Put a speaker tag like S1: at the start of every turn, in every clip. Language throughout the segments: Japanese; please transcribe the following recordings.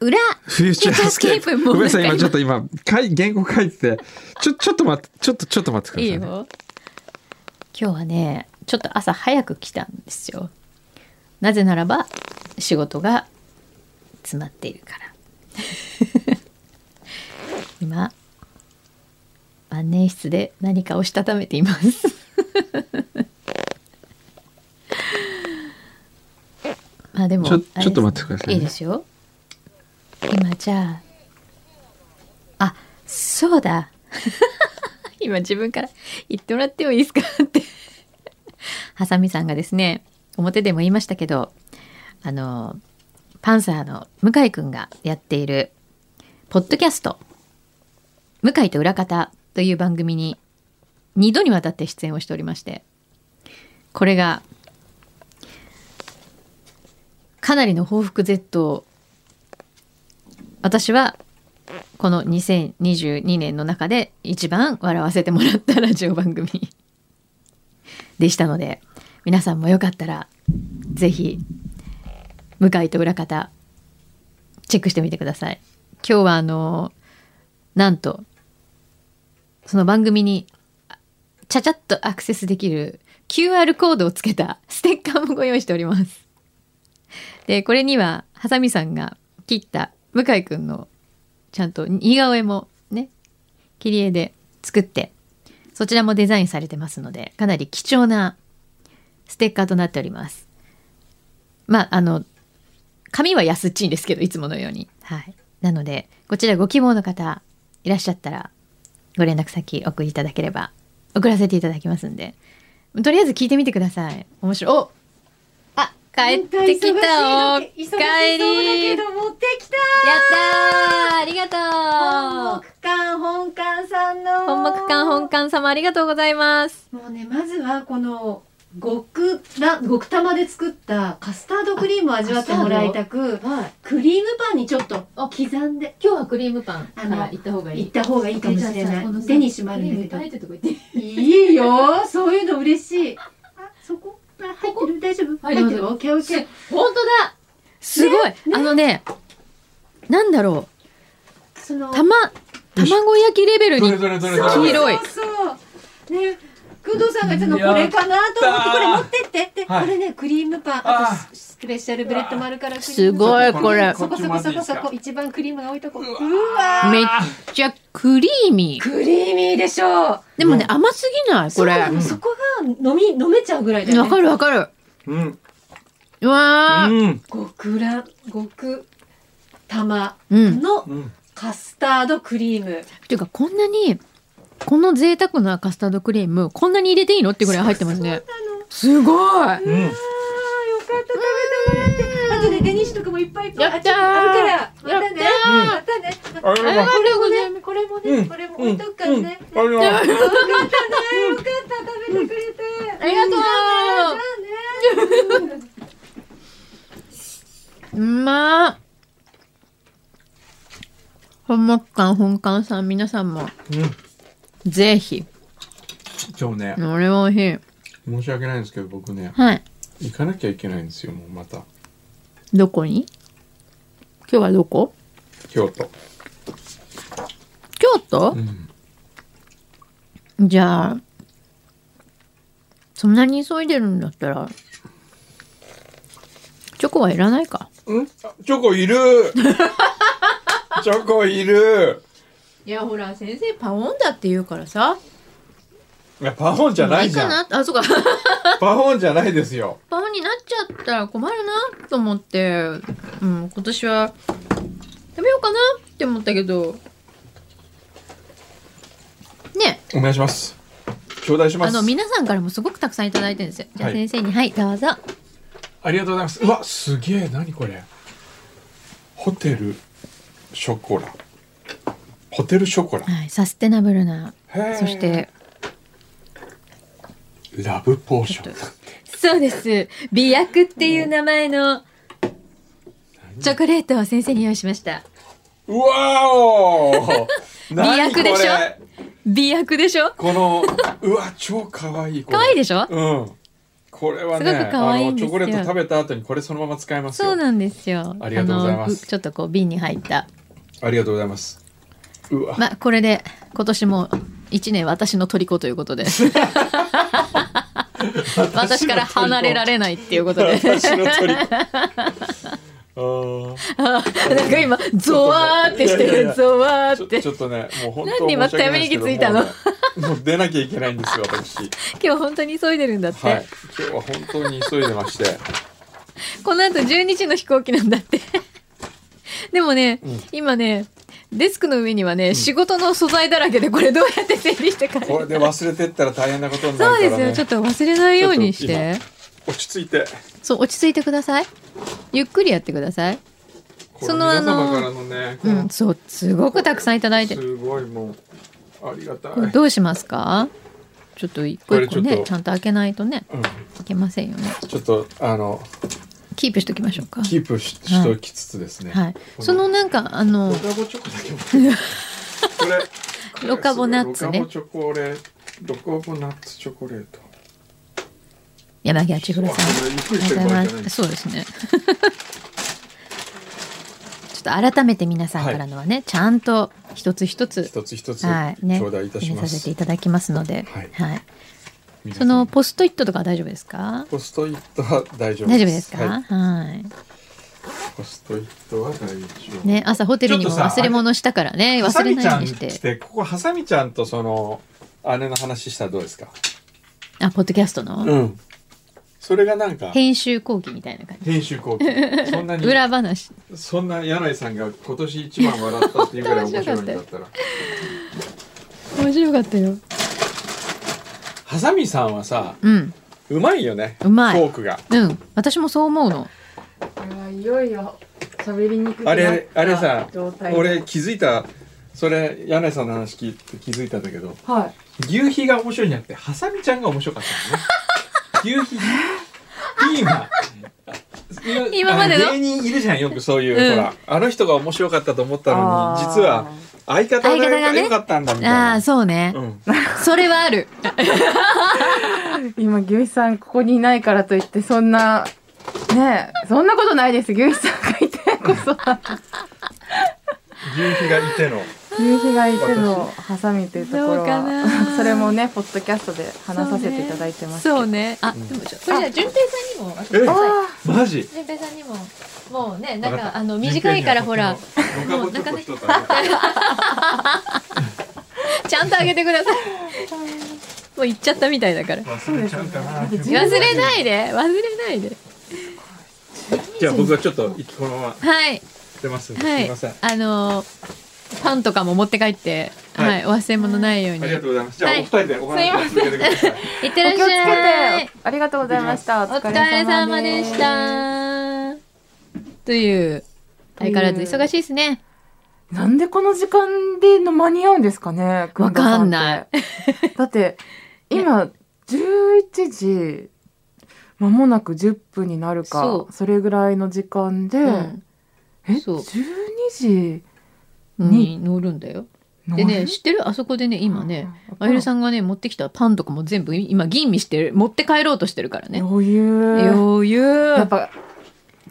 S1: 裏、
S2: フューチャースケー
S1: フュ
S2: プ。
S1: ーチャースケープ
S2: ご
S1: もう
S2: めんなさい、
S1: なんか
S2: 今ちょっと今、かい原稿書いてて、ちょ、ちょっと待って、ちょっと、ちょっと待ってくださ
S1: いい
S2: いね。
S1: よ。今日はね、ちょっと朝早く来たんですよ。なぜならば、仕事が詰まっているから。今、万年筆で何かをしたためています。 まあでも
S2: ちょ
S1: あれですね
S2: ちょっと待ってくださいね
S1: いいですよ。今じゃあ、あ、そうだ。 今自分から言ってもらってもいいですかって。ハサミさんがですね、表でも言いましたけど、あの、パンサーの向井くんがやっている、ポッドキャスト、向井と裏方という番組に2度にわたって出演をしておりまして、これが、かなりの報復 Z を、私はこの2022年の中で一番笑わせてもらったラジオ番組 でしたので皆さんもよかったらぜひ向井と裏方チェックしてみてください今日はあのなんとその番組にあちゃちゃっとアクセスできる QR コードをつけたステッカーもご用意しておりますでこれにはハサミさんが切った向井くんのちゃんと似顔絵もね切り絵で作ってそちらもデザインされてますのでかなり貴重なステッカーとなっておりますまああの紙は安っちいんですけどいつものようにはいなのでこちらご希望の方いらっしゃったらご連絡先お送りいただければ送らせていただきますんでとりあえず聞いてみてください面白いおあ帰ってきたお
S3: 忙しい
S1: 帰り
S3: の忙しそうだけど持ってきた
S1: やったーありがと
S3: 本
S1: う
S3: 木館本館さんの
S1: 本木館本館様ありがとうございます。
S3: もうねまずはこの極ら極玉で作ったカスタードクリームを味わってもらいたく
S1: はい。
S3: クリームパンにちょっと刻んで
S1: 今日はクリームパン
S3: あのから
S1: 行った方が
S3: いった方がいいかもしれない手にしまるんだけど
S1: てとこ行って。
S3: いいよそういうの嬉しいあそこあ入ってる大丈夫
S1: 入
S3: 入
S1: り
S3: っ
S1: ます
S3: てる OKOK
S1: 本当だすごい、あのね、なんだろ
S3: その
S1: う、たま、卵焼きレベルに
S4: どれどれどれ
S1: 黄色い。
S3: そうそうね、工藤さんが言ったのこれかなと思ってこれ持ってってって、
S4: はい
S3: これねクリームパン
S4: あー
S3: あとススペシャルブレッドもあるからクリーム
S1: すごい
S3: パン
S1: これ
S3: そこ
S4: こっ
S3: そこ
S4: ちもあ
S3: そ
S4: っていいで
S3: こ
S4: す
S3: そ
S4: か
S3: こ一番クリームが多いとこうわー
S1: めっちゃクリーミー。
S3: クリーミーでしょう
S1: でもね、甘すぎないこれ。
S3: そうなのそこが飲み飲めちゃうぐらいだよ
S1: わ
S3: ね
S1: かるわかる。
S4: うん。
S1: うわー。
S4: うん。
S3: 極ら極玉
S1: うん
S3: の
S4: うん。
S3: カスタードクリーム、
S1: っていうか、こんなに、この贅沢なカスタードクリーム、こんなに入れていいのってぐらい入ってますね。すごい。
S4: うん。
S3: あーよかった食べてもらってあとねデニッシュとかもいっぱいいっぱい
S1: やったー
S3: あちょっとあるからまたね
S1: やったー
S3: またね
S4: あ
S1: ありが
S3: こと
S1: うござ
S3: れ
S1: い
S3: も
S1: ま
S3: ね、これも
S4: う
S3: ね、
S4: ん
S3: これも置いとくか
S4: う
S3: ら
S4: ん。
S3: ね。
S4: あ
S3: よかっ
S4: りがと
S3: たね、よかった、食べてくれて。
S1: ありがとう
S3: じゃあね。
S1: うまー本木館本館さん皆さんも
S4: ううん。
S1: ぜひ
S4: 今日ね、
S1: これは美味し
S4: 申し訳ないんですけど、僕ね
S1: い、はい
S4: 行かなきゃいけないんですよ、もうまた。
S1: どこに今日はどこ
S4: 京都。
S1: 京都
S4: う、ん。
S1: じゃあそんなに急いでるんだったらチョコはいらないか
S4: うんあチョコいるチョコいる
S1: いやほら先生パオンだって言うからさ
S4: いや、パフォンじゃないじゃん。
S1: かなあそうか
S4: パフォンじゃないですよ。
S1: パオンになっちゃったら困るなと思って、うん、今年は食べようかなって思ったけどね
S4: お願いします。頂戴しま
S1: あ
S4: す。
S1: の皆さんからもすごくたくさんいただいてるんですよじゃあ
S4: はい
S1: 先生にはい、どうぞ
S4: ありがとうございます。うわ、すげえ、なにこれ。ホテルショコラ。ホテルショコラ。
S1: はいサステナブルな
S4: へー
S1: そして
S4: ラブポーション。
S1: そうです美薬っていう名前のチョコレートを先生に用意しました
S4: うわお何
S1: 美白でしょ
S4: これ
S1: 美薬でしょ
S4: このうわ超可愛いこれ
S1: 可愛いでしょ
S4: うんこれは
S1: すご
S4: ね
S1: く可
S4: あ
S1: 愛い
S4: の
S1: んで
S4: チ
S1: すよ
S4: ョコレート食べた後にこれそのまま使えますよ
S1: そうなんですよ。
S4: ありがとうございます
S1: あのちょっとこう瓶に入った。
S4: ありがとうございますうわ、
S1: まあこれで今年も一年私の虜という ことで。私から離れられないっていうことで。
S4: 私の 鳥あー
S1: なんか今ゾワーってして
S4: いやいやい
S1: る
S4: や
S1: ゾワ
S4: ち
S1: ー
S4: ょ
S1: って
S4: ちょっとねもう本当
S1: なんで今
S4: 申し訳ないですけど
S1: ため息ついたの
S4: もうねもう出なきゃいけないんですよ私
S1: 今日本当に急いでるんだって、
S4: はい今日は本当に急いでまして
S1: この後12時の飛行機なんだってでもね、
S4: うん
S1: 今ねデスクの上にはね、仕事の素材だらけでこれどうやって整理して帰る
S4: これで忘れてったら大変なことにな
S1: そう
S4: る
S1: で
S4: か
S1: す
S4: ら
S1: よ
S4: ね
S1: ちょっと忘れないようにして
S4: 落ち着いて
S1: そう落ち着いてくださいゆっくりやってください
S4: これ
S1: そのあの
S4: 皆様からのねこ
S1: う
S4: の
S1: んそうすごくたくさんいただいてる
S4: すごいもうありがたい、
S1: これどうしますかちょっと一個一個
S4: これちょっ
S1: ね
S4: と
S1: ちゃんと開けないとね
S4: う
S1: いけませんよね
S4: ん、ちょっとあの
S1: キープしときましょうか
S4: キープししときつつですね、
S1: はいそのなんかあの
S4: ロカボチョコだけ持ってこれこ れ
S1: ロカボナッツね
S4: ロカボチョコレロカボナッツチョコレート
S1: 柳家千尋さん
S4: あこれゆっくりし
S1: あり
S4: て
S1: がとう
S4: る
S1: ご
S4: 場
S1: ざ
S4: 合
S1: い
S4: じゃない
S1: ます。そうですね。 ちょっと改めて皆さんからのはね、ちゃんと一つ一つ、
S4: 一つ一つ
S1: はい、ね、
S4: 頂戴いたし
S1: 入
S4: ま
S1: れさせて
S4: す
S1: い。ただきますので、
S4: はい
S1: はい。
S4: 皆
S1: そ
S4: さん
S1: のポストイットとかは大丈夫ですか？
S4: ポストイットは大丈夫
S1: 大丈夫ですか？
S4: は
S1: はいい、
S4: ポストイットは大丈夫。
S1: ね、朝ホテルにも
S4: ちょっとさ
S1: 忘れ物したからね、
S4: ハ
S1: 忘
S4: サ
S1: れ
S4: ミ
S1: ない
S4: ち
S1: よ
S4: ゃ
S1: うんに
S4: 来
S1: して。
S4: てここハサミちゃんとその姉の話したらどうですか。
S1: あ、ポッドキャストの、
S4: うん。それがなんか
S1: 編集後期みたいな感
S4: 編集後期そんな
S1: じ。
S4: に
S1: 裏話。
S4: そんな柳井さんが今年一番笑ったっていうぐらい面白いんだったら。
S1: 面白かったよ。
S4: ハサミさんはさ、
S1: うん、
S4: うまいよね。
S1: うまい
S4: トークが。
S1: うん、私もそう思うの。
S3: これはいよいよ喋りにくくな
S4: あ
S3: った
S4: れあれさ
S3: 状態、
S4: 俺気づいた。それ柳井さんの話聞いて気づいたんだけど、
S3: はい
S4: 牛皮が面白いんじゃなくてハサミちゃんが面白かった のね牛皮ピーマン今
S1: 今までの
S4: あ芸人いるじゃんよくそういう、
S1: うん
S4: ほらあの人が面白かったと思ったのに
S3: あー
S4: 実は相方
S1: 相方
S4: が
S1: がね
S4: 良かったんだみたい
S1: あ
S4: な、
S1: あ、そうね、
S4: うん、
S1: それはある。
S5: 今牛さんここにいないからといってそんなねえそんなことないです牛さんがいてこそ
S4: 牛皮が いての
S5: 牛がいてのハサミというとこ
S1: ど
S5: ろ
S1: うかな
S5: はそれもねポッドキャストで話させていただいてます
S1: そうね。あ、
S4: ん
S1: でもちょこれじゃあ順平さんにも渡してください。
S5: あ
S4: マジ
S1: 順平さんにももうね、なん
S4: わかっ
S1: か
S4: た
S1: あの短いからほら
S4: 人権にはこっちのロカボチョコ一つあげる
S1: ちゃんとあげてく ださい。もう行っちゃったみたいだから。
S4: 忘れちゃうかな
S1: 忘れないで、忘れないで。
S4: じゃあ僕はちょっとこのまま
S1: はい
S4: 出ますんで、
S1: は
S4: す
S1: い。
S4: いません
S1: あのパンとかも持って帰って、
S4: はい
S1: はい、お忘れ物ないように。
S4: ありがとうございますじゃあお
S1: はい
S4: 二人でお話を続けてください
S1: いってら
S5: ー
S1: っし
S5: お気をつ
S1: ゃい
S5: け。てありがとうございましたお
S1: お疲れ様でした。という相変わらず忙しいですね。
S5: なんでこの時間での間に合うんですかね。
S1: わかんない
S5: だって、 今、11時、まもなく10分になる
S1: そ
S5: か、
S1: う
S5: それぐらいの時間で、
S1: うん
S5: え、
S1: そう
S5: 12時
S1: に乗るんだよ。
S5: の
S1: でね、知ってるあそこでね、今ね、あゆるさんがね、持ってきたパンとかも全部今吟味してる、持って帰ろうとしてるからね。
S5: 余裕。
S1: 余裕
S5: やっぱ、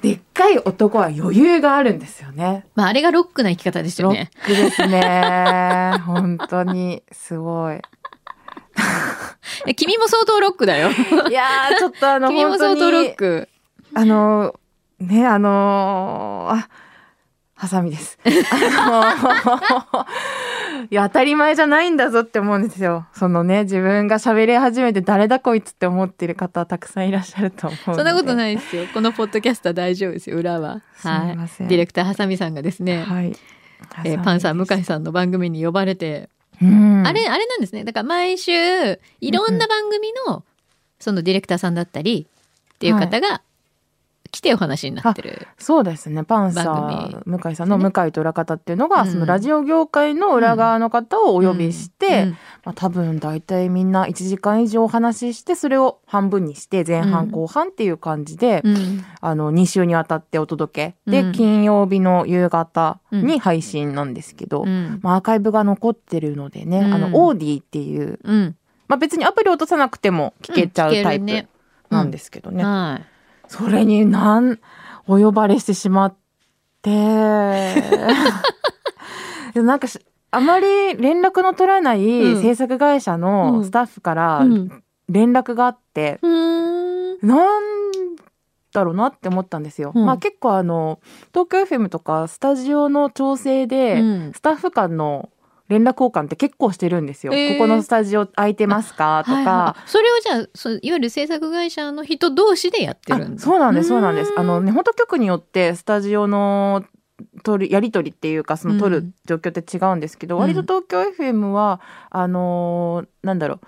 S5: でっかい男は余裕があるんですよね。
S1: まあ、あれがロックな生き方ですよ
S5: ロッ
S1: ね。
S5: クですね。 本当に、すごい。
S1: え君も相当ロックだ よ。
S5: いやー、ちょっとあの、
S1: 君も
S5: 本当
S1: 相
S5: に
S1: 当ロック。
S5: あのねあのあハサミです。 あのいや当たり前じゃないんだぞって思うんですよ。そのね自分が喋り始めて誰だこいつって思ってる方たくさんいらっしゃると思うので。
S1: そんなこと
S5: い。
S1: ないですよ。このポッドキャスター大丈夫ですよ、裏は。
S5: す
S1: は
S5: み
S1: い。
S5: ません。
S1: ディレクター、ハサミさんがですね、
S5: はい。
S1: えーパンサー
S5: む
S1: 向井さんの番組に呼ばれて、
S5: うん、
S1: あれ、あれなんですね。だから毎週、いろんな番組の、そのディレクターさんだったり、っていう方が、来てお話になってる。
S5: そうですねパンサ
S1: 番
S5: ー向井さんの「向井と裏方」っていうのが、そのラジオ業界の裏側の方をお呼びして、
S1: うん
S5: まあ、多分大体みんな1時間以上お話ししてそれを半分にして前
S1: うん
S5: 半後半っていう感じで、
S1: うん
S5: あの2週にわたってお届けで、
S1: うん
S5: 金曜日の夕方に配信なんですけど、
S1: うん
S5: まあ、アーカイブが残ってるのでね、
S1: うん
S5: あのオーディっていう、
S1: うん、
S5: まあ、別にアプリ落とさなくても聞けちゃうタイプ、
S1: うん聞けるね
S5: なんですけどね、
S1: は
S5: それになんお呼ばれしてしまって でなんかしあまり連絡の取らない
S1: うん
S5: 制作会社のスタッフから
S1: い。うん。
S5: 連絡があって、
S1: うーん。
S5: なんだろうなって思ったんですよ。
S1: うん
S5: まあ結構あの東京 FM とかスタジオの調整で、
S1: うん
S5: スタッフ間の連絡交換って結構してるんですよ。
S1: えー
S5: ここのスタジオ空いてますかとか、
S1: はいはいそれをじゃあそういわゆる制作会社の人同士でやってるん
S5: あ
S1: だ
S5: そうなんですそうなんです
S1: うーん
S5: あのね本当局によってスタジオの取るやり取りっていうかその取
S1: う
S5: る
S1: ん
S5: 状況って違うんですけど、
S1: うん
S5: 割と東京 FM はあのーなんだろ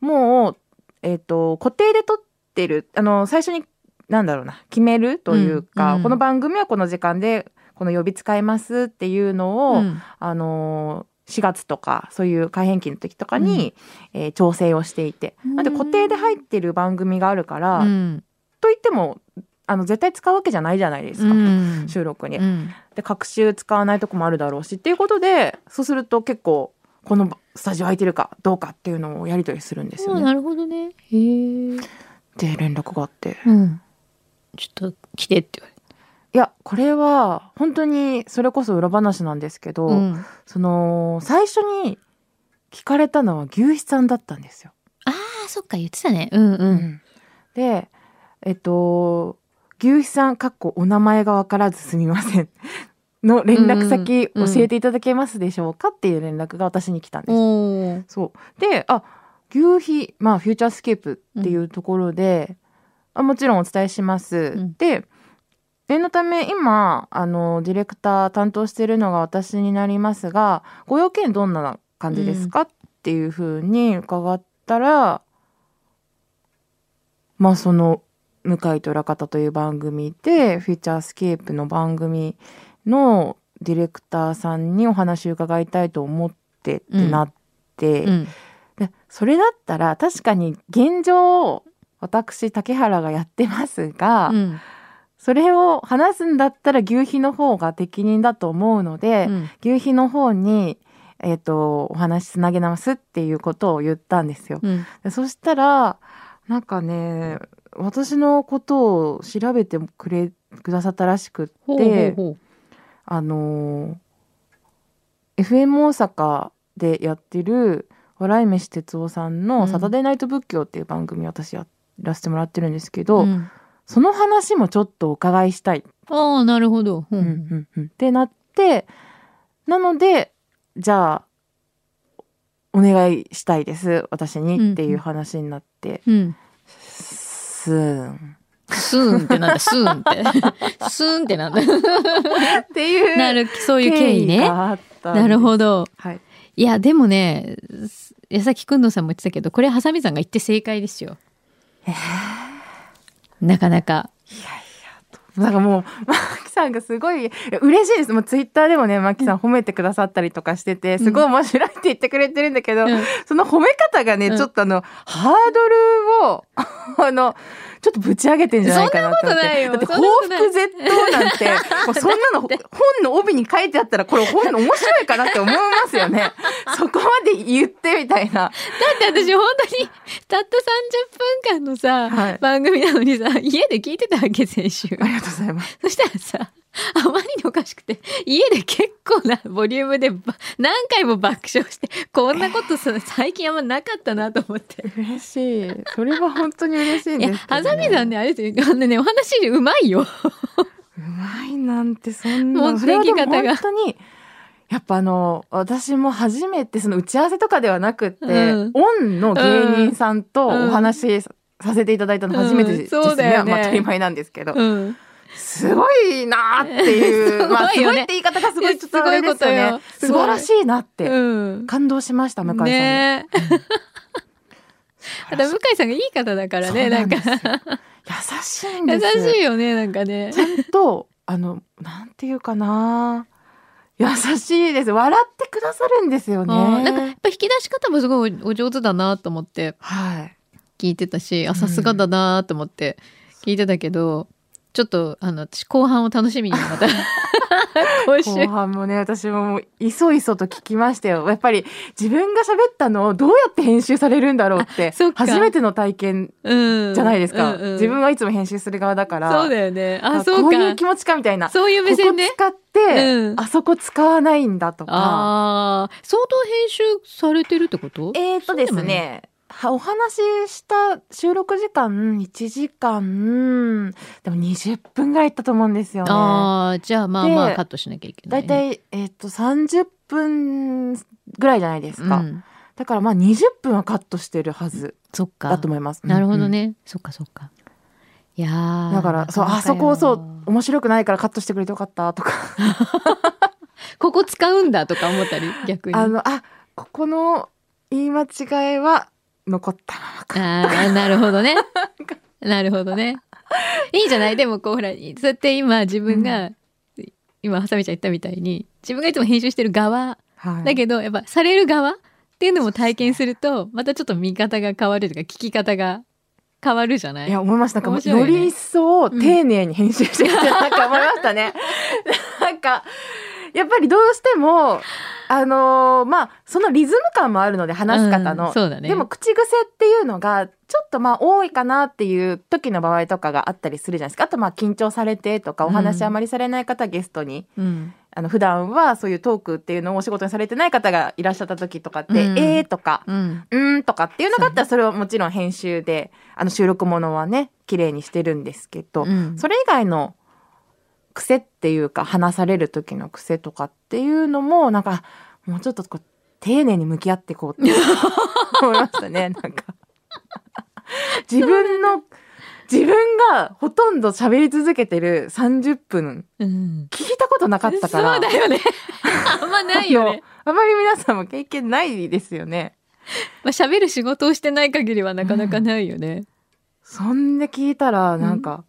S5: うもうえっ、と固定で取ってるあの最初になんだろうな決めるという
S1: う
S5: か、
S1: んうん
S5: この番組はこの時間でこの呼び使いますっていうの
S1: う
S5: を、
S1: ん
S5: あのー4月とかそういう改変期の時とかに、えー調整をしていて、なんで固定で入ってる番組があるから、
S1: うん
S5: といってもあの絶対使うわけじゃないじゃないです
S1: う
S5: か、
S1: ん
S5: 収録に。
S1: うん
S5: で隔週使わないとこもあるだろうしっていうことでそうすると結構このスタジオ空いてるかどうかっていうのをやり取りするんですよ
S1: あ
S5: ね。
S1: なるほどねへえ、
S5: で連絡があって
S1: うん、ちょっと来てって
S5: いやこれは本当にそれこそ裏話なんですけど、
S1: 言われて、うん、
S5: その最初に聞かれたのは牛さんだったんですよ。
S1: あーそっか言ってたねうんう
S5: うんんでえっと牛肥さんかっこお名前が分からずすみませんの連絡先
S1: うんうんうん
S5: 教えていただけますでしょうかっていう連絡が私に来たんです。
S1: おー
S5: そうであ牛肥まあフューチャースケープっていうところで、あもちろんお伝えします。
S1: うん
S5: で念のため今あのディレクター担当してるのが私になりますがご用件どんな感じですか、っていうふうに伺ったらまあその「向井と裏方」という番組でフューチャースケープの番組のディレクターさんにお話伺いたいと思ってってなって、
S1: うん
S5: でそれだったら確かに現状私竹原がやってますが、
S1: うん
S5: それを話すんだったら牛皮の方が適任だと思うので、
S1: うん
S5: 牛皮の方に、えー、とお話つなげ直すっていうことを言ったんですよ。
S1: うん
S5: でそしたらなんかね私のことを調べてくれくださったらしくって
S1: ほうほうほ
S5: あのー FM 大阪でやってる笑い飯哲夫さん
S1: う
S5: の「
S1: ん
S5: サタデーナイト仏教」っていう番組私やらせてもらってるんですけ
S1: う
S5: ど、
S1: うん
S5: その話もちょっとお伺いしたい
S1: ああなるほどう
S5: うんうんうんってなってなのでじゃあお願いしたいです私にっていう話になって、
S1: うん
S5: すーん
S1: スーンってなんだスーンって スーンってなんだ
S5: っていう
S1: なるそういう経緯ね
S5: があったんです
S1: なるほど
S5: はい
S1: いやでもねす矢崎くんのさんも言ってたけどこれハサミさんが言って正解ですよ。なかなか。
S5: なんかもう、マキさんがすごい、いや嬉しいです。もうツイッターでもね、マキさん褒めてくださったりとかしてて、すごい面白いって言ってくれてるんだけど、
S1: うん
S5: その褒め方がね、
S1: うん
S5: ちょっとあの、ハードルを、 あの、ちょっとぶち上げてんじゃないかなと思って。
S1: そんなことないよ
S5: だって
S1: そ
S5: 報
S1: んなことない
S5: 復絶倒な んて、もうそんなの本の帯に書いてあったら、これ本の面白いかなって思います よね。そこまで言ってみたいな。
S1: だって私本当に たった30分間のさ、
S5: はい
S1: 番組なのにさ家で聞いてたわけ先週
S5: ありがとうございます。
S1: そしたらさあまりにおかしくて家で結構なボリュームでば何回も爆笑してこんなことさ最近あんまなかったなと思 って。
S5: 嬉しい。それは本当に嬉しいん
S1: い
S5: です
S1: や、
S5: けど
S1: ハサミさんね、あれですよ。あのね、お話うまいよ。
S5: うまいなんてそんな
S1: 持
S5: そ
S1: っ
S5: れ
S1: て
S5: はで
S1: き
S5: も
S1: 方が
S5: 本当にやっぱあの私も初めてその打ち合わせとかではなくって、
S1: うん
S5: オンの芸人さんとお話しさせていただいたの初めてですね、
S1: うんそうだよね
S5: まあ当たり前なんですけど、
S1: うん。
S5: すごいなってい う、
S1: すごいよね
S5: まあすごいって言い方がすごいちょっとあれですよ
S1: いやすごいことよ
S5: ね
S1: す
S5: 素
S1: ごい
S5: 晴らしいなって、
S1: うん。
S5: 感動しました向井さんに、
S1: ねえ。 ただ向井さんがいい方だからね、なんか。
S5: そうなんですよ優しいん
S1: 優
S5: です
S1: しいよね、なんかね
S5: ち。ゃんと、あの、なんていうかな。優しいです。笑ってくださるんですよね。
S1: あーなんかやっぱ引き出し方もすごいおお上手だなと思って
S5: はい。
S1: 聞いてたしあさすがだなと思って聞いてたけど、ちょっとあの私後半を楽しみにまた今週
S5: 後半もね私ももういそいそと聞きましたよやっぱり自分が喋ったのをどうやって編集されるんだろうって
S1: あそっか
S5: 初めての体験
S1: うん
S5: じゃないですか、
S1: うんうん
S5: 自分はいつも編集する側だから
S1: そうだよねあ
S5: あ
S1: そうか
S5: こういう気持ちかみたいな
S1: そういう目線ね
S5: ここ使って、
S1: うん
S5: あそこ使わないんだとか
S1: ああー相当編集されてるってこと
S5: えっ、とで
S1: そ
S5: す
S1: うでも
S5: ねはお話しした収録時間1時間でも20分ぐらいいったと思うんですよね。
S1: ああじゃあまあまあ
S5: で
S1: カットしなきゃいけな
S5: 大
S1: いね、
S5: 体、えっと30分ぐらいじゃないですか、
S1: うん、
S5: だからまあ20分はカットしてるはず
S1: そっか
S5: だと思います
S1: なるほど、
S5: うん
S1: ね、そっかそっかいや
S5: う
S1: ー
S5: んだから
S1: な
S5: そう
S1: なか
S5: あそこ
S1: よ
S5: をそう面白くないからカットしてくれてよかったとか
S1: ここ使うんだとか思 ったり逆に
S5: あのあここの言い間違いは残ったままか
S1: ああ、なるほど ね。なるほどね。いいじゃないでもこうほら、そうやって今自分が、今、ハサミちゃん言ったみたいに、自分がいつも編集してる側、
S5: はい
S1: だけど、やっぱされる側っていうのも体験すると、またちょっと見方が変わるというか、聞き方が変わるじゃない
S5: いや、思いました。なん
S1: 面
S5: か、
S1: 白いね
S5: より一層丁寧に編 集してるって、なんか思いましたね。なんか、やっぱりどうしても、あのーまあ、そのリズム感もあるので、話し方
S1: うん
S5: の。
S1: そうだね。
S5: でも、口癖っていうのが、ちょっとまあ、多いかなっていう時の場合とかがあったりするじゃないですか。あと、まあ、緊張されてとか、お話あまりされない方、ゲストに。
S1: うん、
S5: あの、普段はそういうトークっていうのをお仕事にされてない方がいらっしゃった時とかって、
S1: うん
S5: えーとか、
S1: うん。
S5: うーんとかっていうのがあったらそれはもちろん編集であの収録ものはね綺麗にしてるんですけど、
S1: うん
S5: それ以外の癖っていうか話される時の癖とかっていうのもなんかもうちょっとこう丁寧に向き合って いこうって思いましたねなんか 自分の自分がほとんど喋り続けてる30分
S1: うん。
S5: 聞いたことなかったから
S1: そうだ よね。あんまないよね。
S5: あのあまり皆さんも経験ないですよね
S1: まあ、喋る仕事をしてない限りはなかなかないよね。
S5: そんで聞いたら、なんか、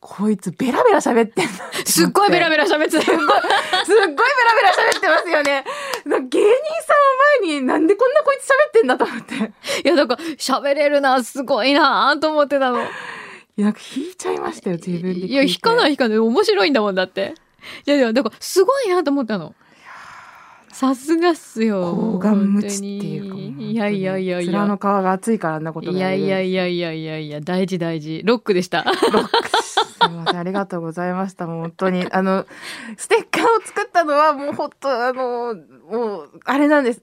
S5: こいつベラベラ喋ってんな。
S1: すっごいベラベラ喋ってたよ。
S5: すっごいベラベラ喋ってますよね。なんか芸人さんを前になんでこんなこいつ喋ってんだと思って。い
S1: いや、だから、喋れるな、すごいな、と思ってたの。
S5: や、なんか引いちゃいましたよ、自分で聞いて。
S1: いや、引かない、引かない。面白いんだもんだって。いや、いや、だから、すごいなと思ったの。さすがっすよ。
S5: 高顔無知っていうかもう
S1: 本
S5: 本
S1: 当
S5: 当
S1: に
S5: に。
S1: いやいやいやい
S5: 面の
S1: や。
S5: 皮が厚いからあんなこと
S1: いやいや
S5: や。
S1: いやいやいやいや、大事大事。ロックで した。
S5: ロックすいません、ありがとうございました。もう本当に。あの、ステッカーを作ったのはもう本当、あの、もう、あれなんです。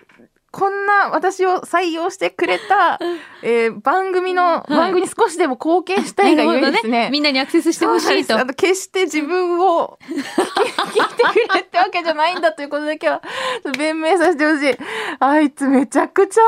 S5: こんな私を採用してくれた、えー番組の、
S1: い
S5: 番組に少しでも貢献したいがゆえですね。
S1: みんなにアクセスしてほしい
S5: そ
S1: と
S5: うなん。ですあの決して自分を 聞いてくれってわけじゃないんだということだけは弁明させてほしい。あいつめちゃくちゃ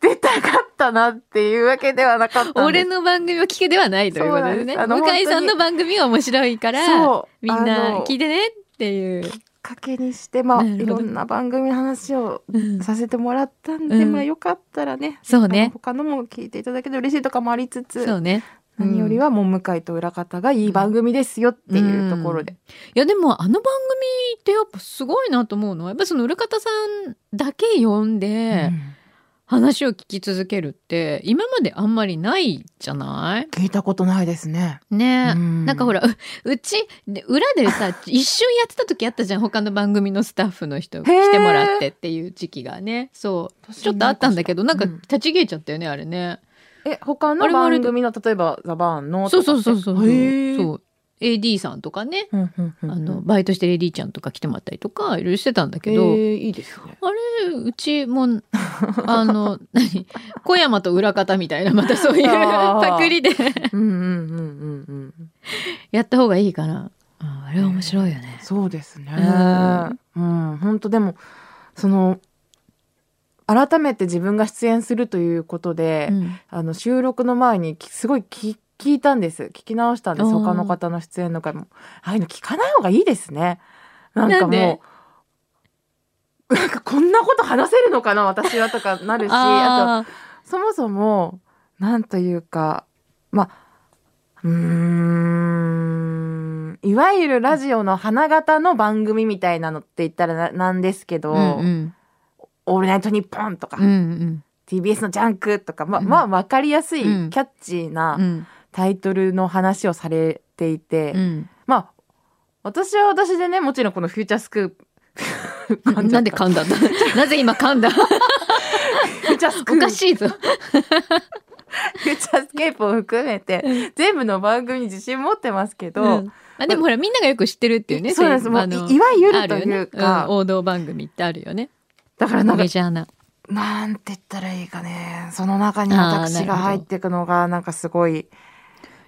S5: 出たかったなっていうわけではなかったんです。
S1: 俺の番組を聞けではないということでね。
S5: そうなんですあの
S1: 向井さんの番組は面白いから、
S5: う
S1: みんな
S5: あの
S1: 聞いてねっていう。
S5: きっかけにして、まあ、
S1: なるほ
S5: い
S1: ど
S5: ろんな番組の話を
S1: うん
S5: させてもらったんで、
S1: うん
S5: まあよかったらね
S1: そうね
S5: あの他のも聞いていただけて嬉しいとかもありつつ、
S1: そうね。うん
S5: 何よりはもう向井と裏方がいい番組ですよっていうところで、
S1: いやでもあの番組ってやっぱすごいなと思うのはやっぱその裏方さんだけ呼んで話を聞き続けるって今まであんまりないじゃない
S5: 聞いたことないですね。
S1: ねえ、
S5: うん
S1: なんかほらううちで裏で さ一瞬やってた時あったじゃん他の番組のスタッフの人来てもらってっていう時期がねそうちょっとあったんだけどなんか
S5: うん
S1: 立ち消えちゃったよねあれね、
S5: え他
S1: あ
S5: の
S1: れはあれ
S5: 番
S1: で
S5: 組の例えば「ザバーンの
S1: そ
S5: と
S1: う
S5: か
S1: そ
S5: っ
S1: う
S5: て
S1: そうそうそう
S5: へー
S1: そう AD さんとかね
S5: うんうんうんうん
S1: あのバイトしてる AD ちゃんとか来てもらったりとかいろいろしてたんだけ
S5: へ
S1: ど、
S5: ーいいですね。
S1: あれうちも あの何小山と裏方みたいなまた そういう
S5: あー
S1: パクリで
S5: うんうんうんうんうん。
S1: やった方がいいかなああれは面白いよね、
S5: そうですね。
S1: うん
S5: うん、本当でも、その。改めて自分が出演するということで、
S1: うん
S5: あの収録の前にきすごい聞聞いたんです。聞き直したんで
S1: あ
S5: す。
S1: ー
S5: 他の方の出演の回も。ああいうの聞かない方がいいですね。なんか
S1: なんで
S5: もう。なんかこんなこと話せるのかな私はとかなるしあと
S1: あー
S5: そもそも、なんというか、まあ、うーん、いわゆるラジオの花形の番組みたいなのって言ったらななんですけど、
S1: うんうん
S5: オールナイトニッポンとか、
S1: うん
S5: TBS のジャンクとか、まあ、
S1: うん
S5: まあ、わかりやすい、
S1: うん
S5: キャッチー
S1: うんう
S5: なんタイトルの話をされっていて、
S1: うん。
S5: まあ私は私でねもちろんこのフューチャースクープ
S1: ななんで
S5: か
S1: 噛ん だんだなぜ今噛んだ
S5: フューチャースク
S1: お
S5: ープ
S1: かしいぞ。
S5: フューチャースケープを含めて全部の番組に自信持ってますけど、
S1: うんあでもほらみんながよく知ってるっていうね。
S5: そうなんです
S1: い
S5: もう
S1: あ
S5: い
S1: の
S5: いわゆ
S1: あ
S5: ると
S1: るよ
S5: い
S1: ね
S5: うか、
S1: ん王道番組ってあるよね。
S5: だからなんか
S1: メジャーな。
S5: なんて言ったらいいかねその中に
S1: あーな
S5: 私
S1: るほ
S5: が
S1: ど
S5: 入っていくのがなんかすごい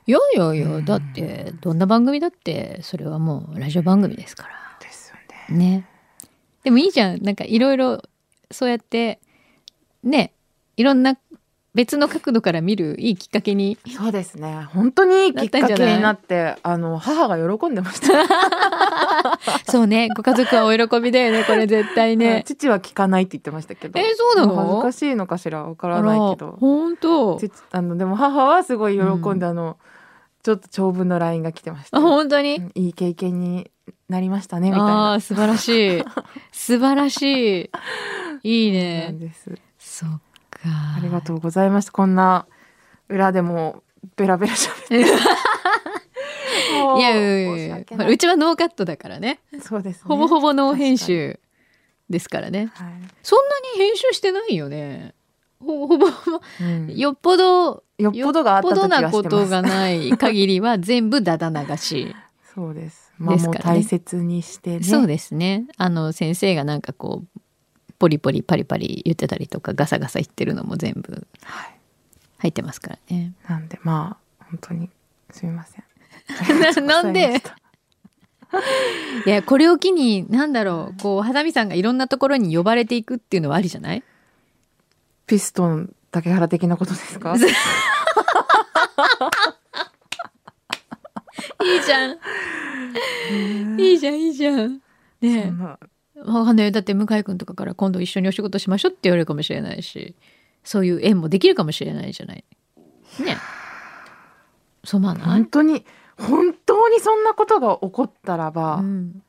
S1: いやいやいや、だってどんな番組だってそれはもうラジオ番組ですから。
S5: ですよね。
S1: ね。でもいいじゃん。なんかいろいろそうやってね、いろんな別の角度から見るいいきっかけ に。
S5: そうですね本当にいいきっか
S1: なったんじ
S5: け
S1: ゃない
S5: になってあの母が喜んでました、。
S1: そうね、ご家族はお喜びだよね、これ絶対ね
S5: 父は聞かないって言ってましたけど
S1: えーそうなの
S5: まあ恥ずかしいのかしらわか
S1: あ
S5: らないけど
S1: 本当。
S5: 父あのでも母はすごい喜んで、あのちょっと長文の LINE が来てました
S1: あ、本当に、
S5: うんいい経験になりましたねみたい
S1: あ
S5: な。
S1: あ、素晴ら しい。素晴らしい。いい
S5: な
S1: ね
S5: ん。です。
S1: そっか。
S5: ありがとうございました。こんな裏でもベラベラ喋って。もう
S1: いや、
S5: 申
S1: い
S5: し
S1: やい
S5: 訳
S1: やま
S5: ない
S1: あうちはノーカットだからね。
S5: そうですね。
S1: ほぼほぼノー編集ですからね。
S5: はい。
S1: そんなに編集してないよね。ほほぼ、
S5: うんよ
S1: よっぽど、
S5: っぽどがあった
S1: よっぽど
S5: 時
S1: な
S5: はし
S1: こ
S5: て
S1: とが
S5: ます。
S1: ない限りは全部だだ流し。
S5: そうです。まあ
S1: です
S5: も
S1: か
S5: う
S1: らね
S5: 大切にしてね。
S1: そうですね。あの、先生がなんかこう、ポリポリパリパリ言ってたりとか、ガサガサ言ってるのも全部
S5: はい。
S1: 入ってますからね。
S5: なんでまあ本当にすみません。
S1: ななんでいや、これを機に、なんだろう、こう、ハサミさんがいろんなところに呼ばれていくっていうのはありじゃ ない
S5: ピストン竹原的なことで すか？
S1: いいじゃん。 いいじゃん、いいじゃん。
S5: そ
S1: ね
S5: んな
S1: え。わかんない。だって、向井くんとかから今度一緒にお仕事しましょうって言われるかもしれないし、そういう縁もできるかもしれないじゃない。 ねえ。そうまあない
S5: 本。当に本当にそんなことが起こったらば、
S1: うん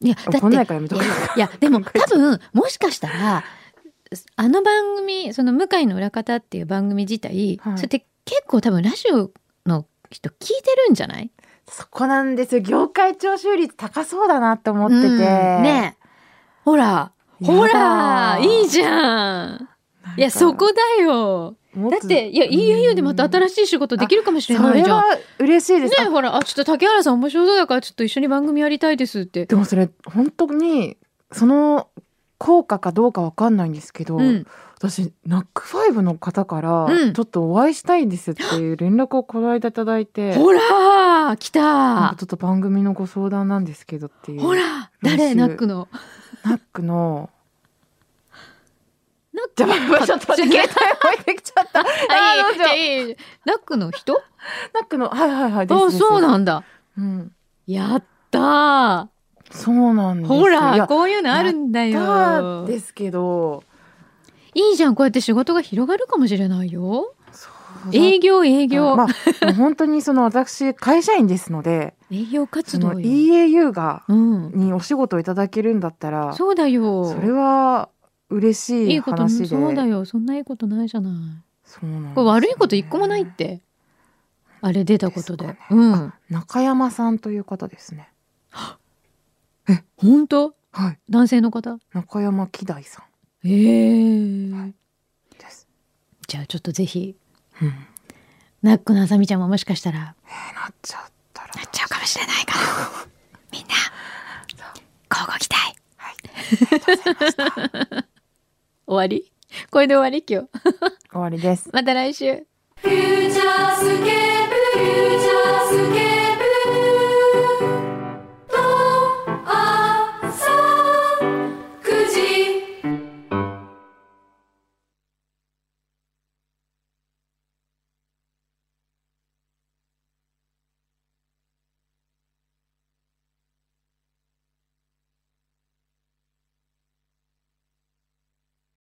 S1: いや、だって
S5: 怒んないからやめとこう
S1: いやいや でも多分もしかしたらあの番組その「向井の裏方」っていう番組自体、
S5: はい
S1: それって結構多分ラジオの人聞いてるんじゃない
S5: そこなんですよ業界徴収率高そうだなって思ってて、
S1: うんねえほら
S5: やだ
S1: ほらいいじゃんいやそこだよだっていや EUU でまた新
S5: し
S1: しい仕事できるかもし
S5: い
S1: れ
S5: そ
S1: ない
S5: れ
S1: じゃん。
S5: は嬉しいで
S1: ね
S5: す、
S1: え
S5: あ
S1: ほらあちょっと竹原さん面白そうだからちょっと一緒に番組やりたいですって。
S5: でもそれ本当にその効果かどうかわかんないんですけど、
S1: うん、
S5: 私ナックファイブの方から、
S1: うん
S5: ちょっとお会いしたいんですっていう連絡をこの間いただいて
S1: ほら来
S5: なん
S1: た
S5: かちょっと番組のご相談なんですけどっていう
S1: ほら
S5: 来
S1: 誰
S5: 週
S1: ナックの
S5: ナックの
S1: ナック
S5: じゃあちょっと待って携帯置いてきちゃった
S1: あ
S5: あ
S1: い
S5: ー
S1: い
S5: どうしよう
S1: いいいいナックの人
S5: ナックのはいはいはいです
S1: あ
S5: です
S1: そうなんだ
S5: うん
S1: やったー
S5: そうなんですよ
S1: ほ
S5: い
S1: ら
S5: や
S1: こういうのあるんだ
S5: だ
S1: よ
S5: ですけど
S1: いいじゃんこうやって仕事が広がるかもしれないよ
S5: そうだ
S1: 営業営業、
S5: まあ、もう本当にその私会社員ですので
S1: 営業活
S5: そ
S1: 動よ
S5: の EAU が
S1: うん
S5: にお仕事をいただけるんだったらそ
S1: そうだよ
S5: れは嬉し
S1: い
S5: い
S1: いこと
S5: 話で
S1: そうだよそんないいことないじゃない
S5: そうなんですよね
S1: これ悪いこと一個もないってあれ出たことで
S5: ですかね
S1: うん
S5: 中山さんという方ですね
S1: 本当
S5: はい
S1: 男性の方
S5: 中山希大さ
S1: ええー
S5: はいんです、
S1: じゃあちょっとぜひ
S5: うん、え
S1: ナックのあさみちゃんももしかしたら
S5: ーなっちゃったら
S1: なっちゃうかもしれないから みんな交互期待
S5: はいありがとうございました
S1: 終わりこれで終わり今日
S5: 終わりです
S1: また来週
S3: フューチャースケープ